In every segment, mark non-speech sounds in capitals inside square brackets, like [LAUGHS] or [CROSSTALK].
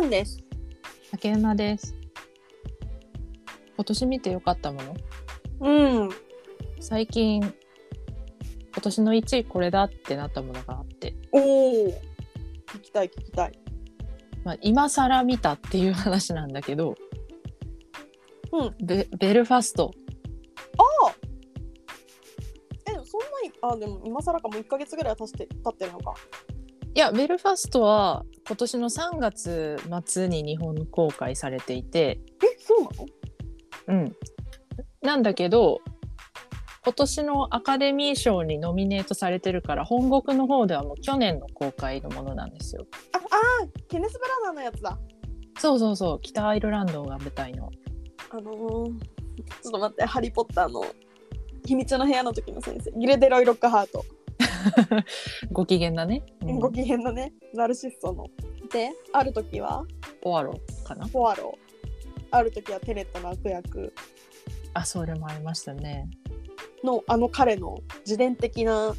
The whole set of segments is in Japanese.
んです。竹馬です。今年見て良かったものうん。最近、今年の1位これだってなったものがあって、おお。聞きたい聞きたい。まあ、今更見たっていう話なんだけど、うんベベルファスト。え、そんなにあでも今更かもう一ヶ月ぐらい経って経ってるのか。いや、ベルファストは今年の3月末に日本公開されていて、え、そうなの？うん、なんだけど今年のアカデミー賞にノミネートされてるから本国の方ではもう去年の公開のものなんですよ。あ、あー、ケネスブラナーのやつだ。そうそうそう北アイルランドが舞台の。あのー、ちょっと待って、ハリーポッターの秘密の部屋の時の先生、ギレデロイロックハート、ご機嫌だね。うんご機嫌のね、ナルシストの。で、ある時はポアロかなポアロ、ある時はテレットの悪役あそれもありましたね。のあの彼の自伝的な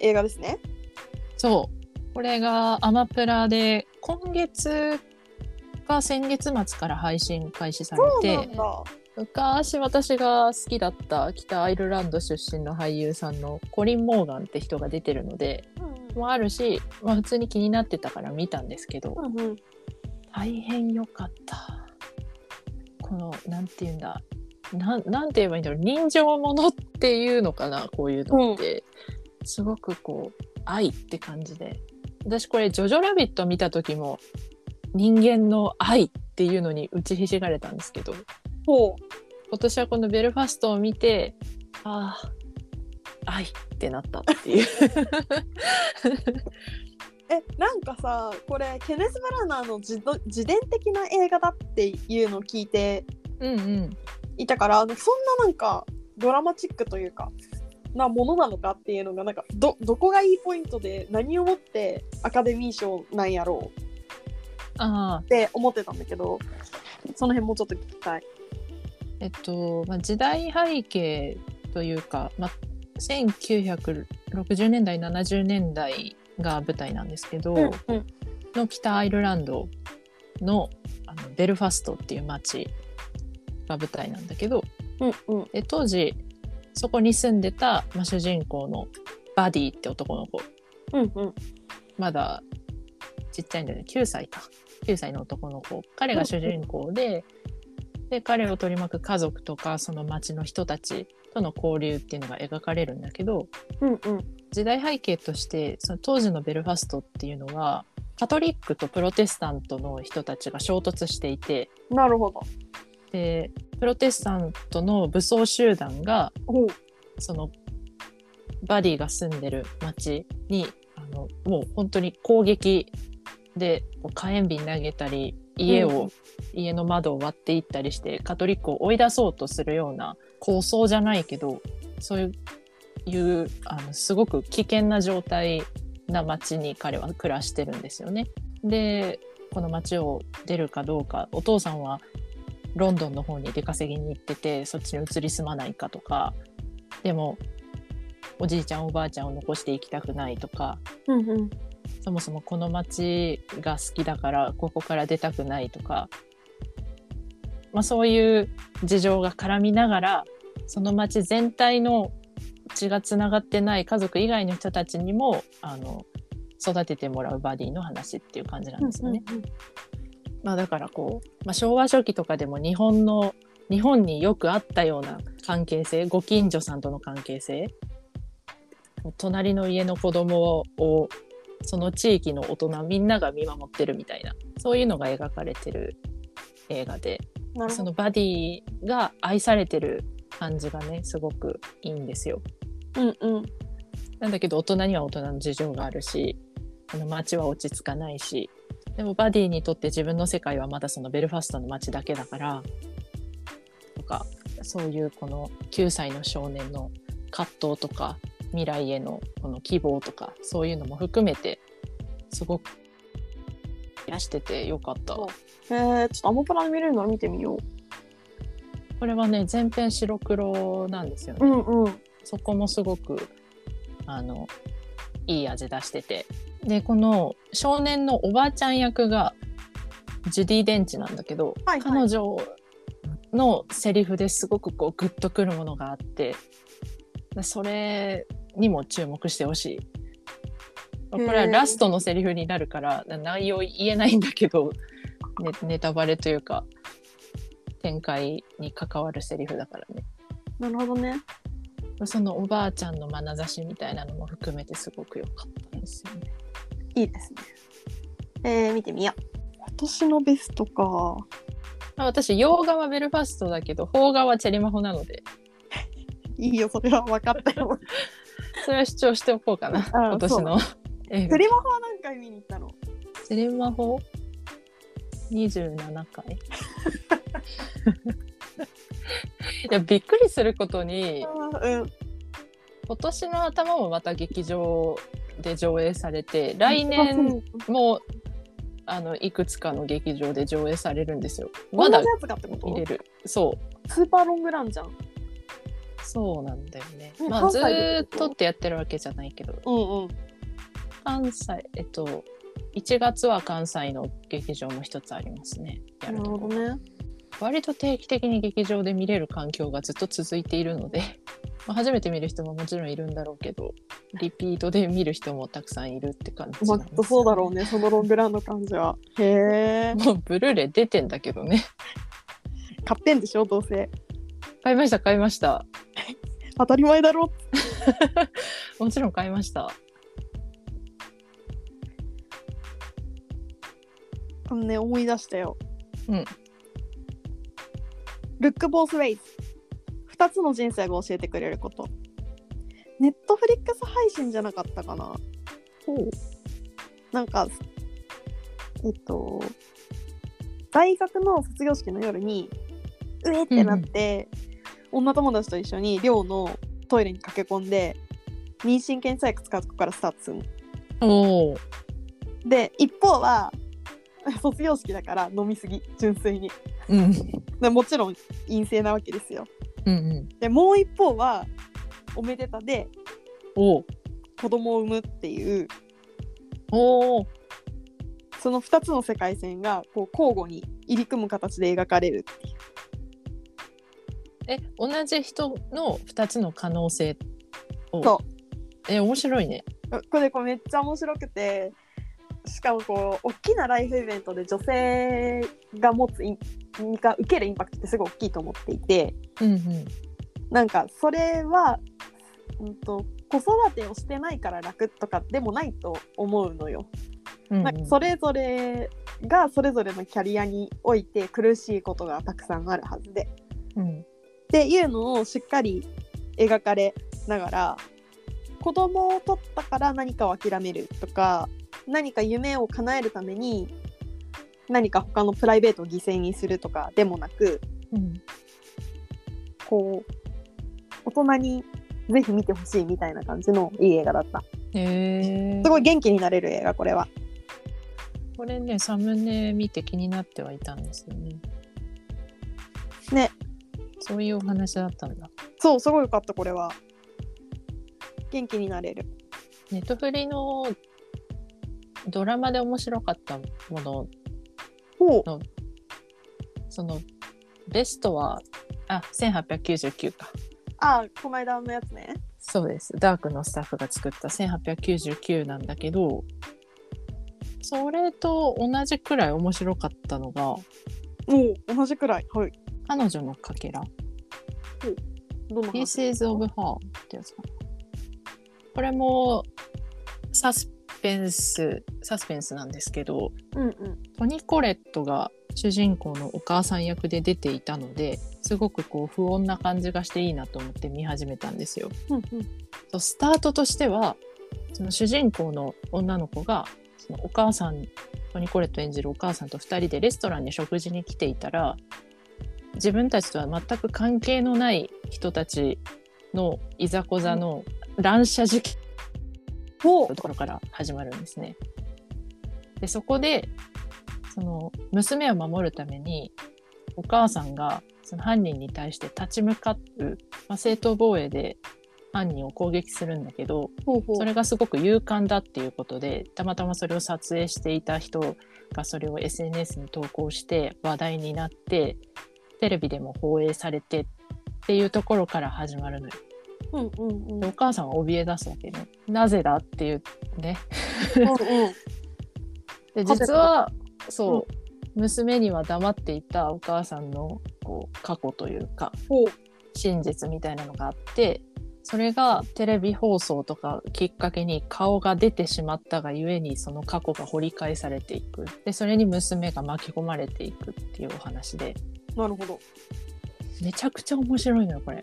映画ですね。そうこれがアマプラで今月か先月末から配信開始されそうて。なんだ。昔私が好きだった北アイルランド出身の俳優さんのコリン・モーガンって人が出てるのでうもあるし、まあ、普通に気になってたから見たんですけどんうん、うんうん、大変良かったこのなんて言うんだなんなんて言えばいいんだろう人情ものっていうのかなこういうのって、すごくこう愛って感じで私これ「ジョジョラビット」見た時も人間の愛っていうのに打ちひしがれたんですけどほ今年はこの「ベルファスト」を見てああ愛ってなったっていううえなんかさこれケネス・ブラナーの自ど自伝的な映画だっていうのを聞いてうんうんいたからそんななんかドラマチックというかなものなのかっていうのがなんかどどこがいいポイントで何をもってアカデミー賞なんやろうああって思ってたんだけどその辺もうちょっと聞きたい。えっと、まあ、時代背景というか、まあ、1960年代70年代が舞台なんですけど、うんの北アイルランドのあのベルファストっていう町が舞台なんだけどうんうんで当時そこに住んでた、まあ、主人公のバディって男の子うんうんまだちっちゃいんだよね9歳か9歳の男の子彼が主人公でで彼を取り巻く家族とかその町の人たちとの交流っていうのが描かれるんだけどうんうん時代背景としてその当時のベルファストっていうのはカトリックとプロテスタントの人たちが衝突していてなるほど。でプロテスタントの武装集団がほうそのバディが住んでる町にあのもう本当に攻撃でこう火炎瓶投げたり家うを、ん家の窓を割っていったりしてカトリックを追い出そうとするような構想じゃないけどそういういうあのすごく危険な状態な町に彼は暮らしてるんですよね。でこの町を出るかどうかお父さんはロンドンの方に出稼ぎに行っててそっちに移り住まないかとかでもおじいちゃんおばあちゃんを残していきたくないとかうんうんそもそもこの町が好きだからここから出たくないとか、まあ、そういう事情が絡みながらその町全体の血がつながってない家族以外の人たちにもあの育ててもらうバディの話っていう感じなんですよね。まあ、だからこう、まあ、昭和初期とかでも日本の日本によくあったような関係性ご近所さんとの関係性隣の家の子供をその地域の大人みんなが見守ってるみたいなそういうのが描かれてる映画でなるそほど。のバディが愛されてる感じがねすごくいいんですよ。うんうんなんだけど大人には大人の事情があるしあの街は落ち着かないしでもバディにとって自分の世界はまだそのベルファストの街だけだからとかそういうこの9歳の少年の葛藤とか未来へのこの希望とかそういうのも含めてすごくいらしててよかった。そうえー、ちょっとアマプラで見れるなら見てみよこれはね全編白黒なんですよね。う。うんうん。そこもすごくあのいい味出しててでこの少年のおばあちゃん役がジュディ・デンチなんだけど、はいはい彼女のセリフですごくこうグッとくるものがあってでそれにも注目してほしい。これはラストのセリフになるからな内容言えないんだけど、ね、ネタバレというか展開に関わるセリフだからねなるほどね。そのおばあちゃんの眼差しみたいなのも含めてすごく良かったんですよね。いいですね。えー、見てみよう。今年のベストか。まあ私洋画はベルファストだけど邦画はチェリマホなのでいいよ、それは分かった [LAUGHS] よ。それは主張しておこうかなああ今年の [LAUGHS] 映テ画。レマホは何回見に行ったのチェリマホ27回いやびっくりすることにうん。今年の頭もまた劇場で上映されて来年。もあのいくつかの劇場で上映されるんですよ。ままだだやつかってこ見れとるそうスーパーロングランじゃん。そうなんだよねえ。ま関あず西でーっってこととってやってるわけじゃないけどうんうん。関西えっと1月は関西の劇場も一つありますね。やなるるとほこどね。割と定期的に劇場で見れる環境がずっと続いているので、 [LAUGHS] まあ、初めて見る人ももちろんいるんだろうけどリピートで見る人もたくさんいるって感じまなあ、んきでっすとそうだろうね、そのロングランの感じは。へえ。もうブルーレイ出てんだけどね [LAUGHS] 買ってんでしょ、どうせ。買いました買いました当たり前だろ。もちろん買いましたあのね、思い出したよ。うん。ルックボースウェイズ。二つの人生が教えてくれること。ネットフリックス配信じゃなかったかな。なんか、えっと、大学の卒業式の夜に、うえってなって、女友達と一緒に寮のトイレに駆け込んで、妊娠検査薬使うとこからスタートするのおおで、一方は、 [LAUGHS] 卒業式だから飲みすぎ、純粋に。うんうんでもちろん陰性なわけですよ。うんで、もう一方は、おめでたでおー子供を産むっていう、おーその2つの世界線がこう交互に入り組む形で描かれるっていう。え同じ人の2つの可能性をそうえ面白いねこれこれめっちゃ面白くてしかもこう大きなライフイベントで女性が持つインが受けるインパクトってすごい大きいと思っていてうんうんなんかそれは、うん、と子育てをしてないから楽とかでもないと思うのよ。うんうんなんかそれぞれがそれぞれのキャリアにおいて苦しいことがたくさんあるはずでうんっていうのをしっかり描かれながら子供を取ったから何かを諦めるとか何か夢を叶えるために何か他のプライベートを犠牲にするとかでもなくうんこう大人にぜひ見てほしいみたいな感じのいい映画だったへえすごい元気になれる映画これはこれねサムネ見て気になってはいたんですよね。ねそういうお話だったんだ。そうすごいよかったこれは元気になれるネットフリのドラマで面白かったものほうそのベストはあ1899かあこの間のやつねそうですダークのスタッフが作った1899なんだけどそれと同じくらい面白かったのがおう同じくらいはい彼女のかけらどんな話 Pieces of Her ってやつかな。これもサスペンス、サスペンスなんですけど、うんうんトニコレットが主人公のお母さん役で出ていたので、すごくこう不穏な感じがしていいなと思って見始めたんですよ。うんうんそうスタートとしては、その主人公の女の子が、そのお母さん、トニコレット演じるお母さんと2人でレストランに食事に来ていたら、自分たちとは全く関係のない人たちのいざこざの乱射事件ほのところから始まるんですね。でそこでその娘を守るためにお母さんがその犯人に対して立ち向かう、まあ、正当防衛で犯人を攻撃するんだけどほうほうそれがすごく勇敢だっていうことでたまたまそれを撮影していた人がそれを SNS に投稿して話題になってテレビでも放映されてっていうところから始まるのよ。うんうんうん。 [LAUGHS] でお母さんは怯え出すわけね。なぜだっていうね。で家族実はそう、娘には黙っていたお母さんのこう過去というかほう。真実みたいなのがあってそれがテレビ放送とかきっかけに顔が出てしまったがゆえにその過去が掘り返されていくでそれに娘が巻き込まれていくっていうお話でなるほど。めちゃくちゃ面白いのよこれ。へ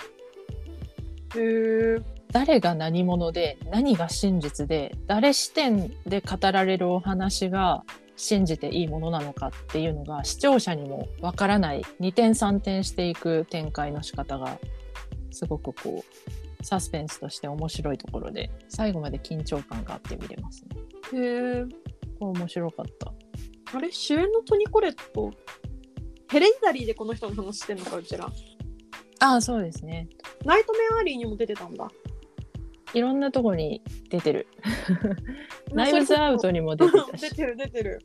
え。誰が何者で何が真実で誰視点で語られるお話が信じていいものなのかっていうのが視聴者にもわからない二点三点していく展開の仕方がすごくこうサスペンスとして面白いところで最後まで緊張感があって見れますね。へえ。これ面白かった。あれ主演のトニコレットヘレンダリーでこの人の話してんのかうちらああそうですね。ナイトメアリーにも出てたんだいろんなとこに出てる。ナイブズアウトにも出てた [LAUGHS] 出し。てる出てる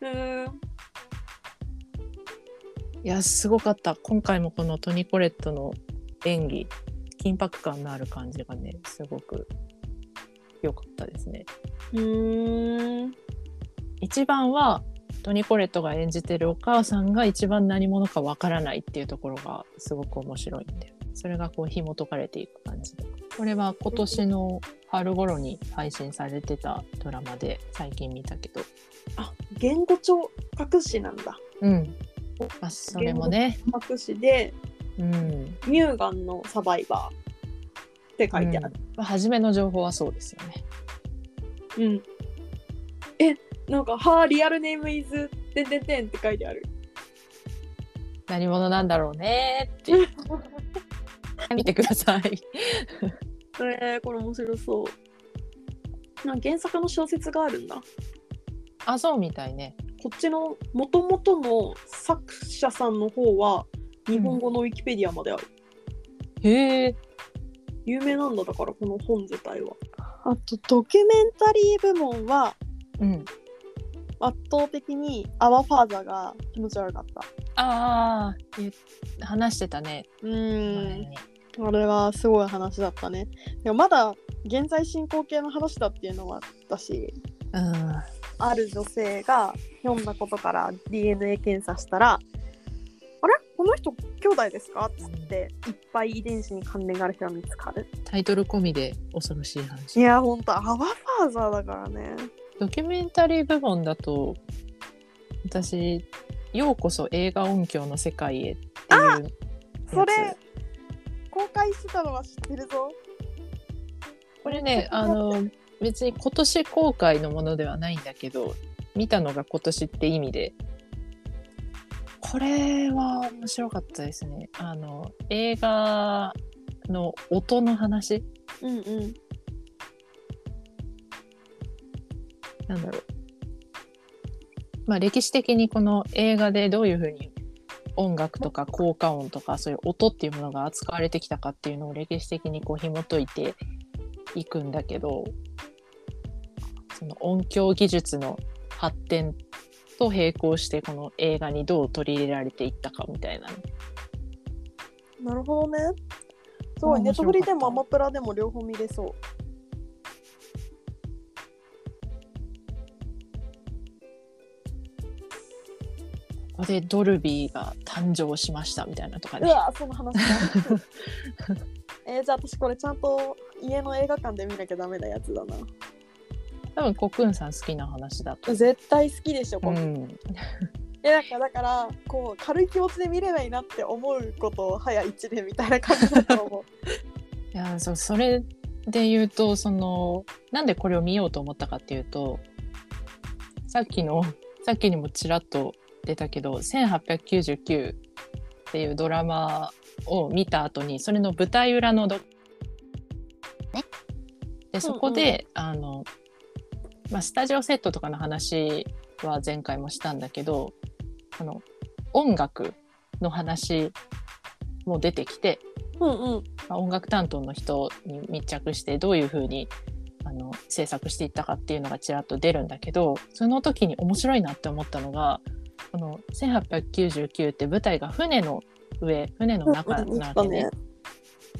へえいやすごかった今回もこのトニコレットの演技緊迫感のある感じがねすごく良かったですねうーん一番はトニコレットが演じてるお母さんが一番何者かわからないっていうところがすごく面白いんでそれがこう紐解かれていく感じでこれは今年の春頃に配信されてたドラマで最近見たけどあ言語聴覚士なんだうんあそれもね博士でうん乳がんのサバイバーって書いてある、うん初めの情報はそうですよねうんえなんか「はあリアルネームイズ」てんてんてんって書いてある何者なんだろうねっていう [LAUGHS] 見てください。えー、これ面白そうなんか原作の小説があるんだあそうみたいね。こっちの元々の作者さんの方は日本語のウィキペディアまである、へえ。有名なんだだからこの本自体はあとドキュメンタリー部門はうん。圧倒的に「アワファーザー」が気持ち悪かったああ言う話してたね。う前ーんにあれはすごい話だったねでもまだ現在進行形の話だっていうのはだしうん。ある女性が読んだことから DNA 検査したら「あれこの人兄弟ですか?」っつっていっぱい遺伝子に関連がある人が見つかるタイトル込みで恐ろしいい話。やほんとアワファーザーだからねドキュメンタリー部門だと私「ようこそ映画音響の世界へ」っていうやつそれ公開してたのは知ってるぞこれねあの別に今年公開のものではないんだけど見たのが今年って意味でこれは面白かったですねあの映画の音の話うんうんなんだろうまあ歴史的にこの映画でどういうふうに音楽とか効果音とかそういう音っていうものが扱われてきたかっていうのを歴史的にこう紐解いていくんだけどその音響技術の発展と並行してこの映画にどう取り入れられていったかみたいなねなるほどねすごいネ面ットフ白かったリでもアマプラでも両方見れそうここでドルビーが誕生しましたみたいなとかうねわその話 [LAUGHS] だえー、じゃあ私これちゃんと家の映画館で見なきゃダメなやつだな多分コクンさん好きな話だと。絶対好きでしょこうれ、ん、いやなんかだからこう軽い気持ちで見ればいいなって思うことを早一年みたいな感じだと思いやそうそれで言うとそのなんでこれを見ようと思ったかっていうとさっきのさっきにもちらっと出たけど「1899」っていうドラマを見た後にそれの舞台裏のドねでそこで、あのまあ、スタジオセットとかの話は前回もしたんだけどあの音楽の話も出てきてううんうんまあ、音楽担当の人に密着してどういうふうにあの制作していったかっていうのがちらっと出るんだけどその時に面白いなって思ったのがこの1899って舞台が船の上船の中なわけね。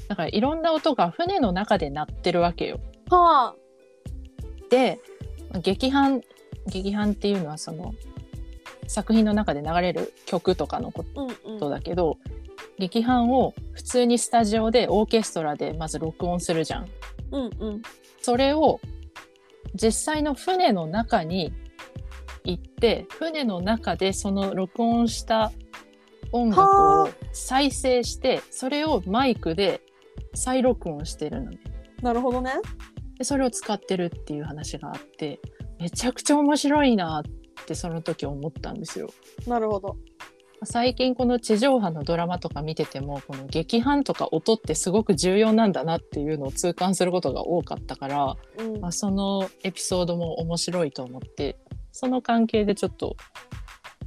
だからいろんな音が船の中で鳴ってるわけよ。はあ。で劇伴劇伴っていうのはその作品の中で流れる曲とかのこうんうん。とだけど、劇伴を普通にスタジオでオーケストラでまず録音するじゃん。うんうん。それを実際の船の中に行って船の中でその録音した音楽をは再生してそれをマイクで再録音してるのねなるほどね。でそれを使ってるっていう話があってめちゃくちゃ面白いなってその時思ったんですよ。なるほど。最近この地上波のドラマとか見ててもこの劇伴とか音ってすごく重要なんだなっていうのを痛感することが多かったから、うん。まあ、そのエピソードも面白いと思ってその関係でちょっと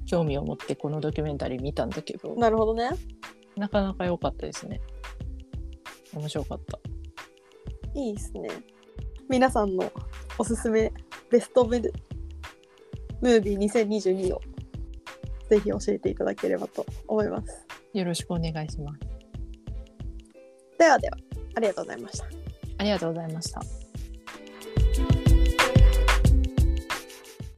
興味を持ってこのドキュメンタリー見たんだけどなるほどね。なかなか良かったですね面白かったいいですね。皆さんのおすすめベストムームービー2022をぜひ教えていただければと思います。よろしくお願いしますではでは、ありがとうございました。ありがとうございました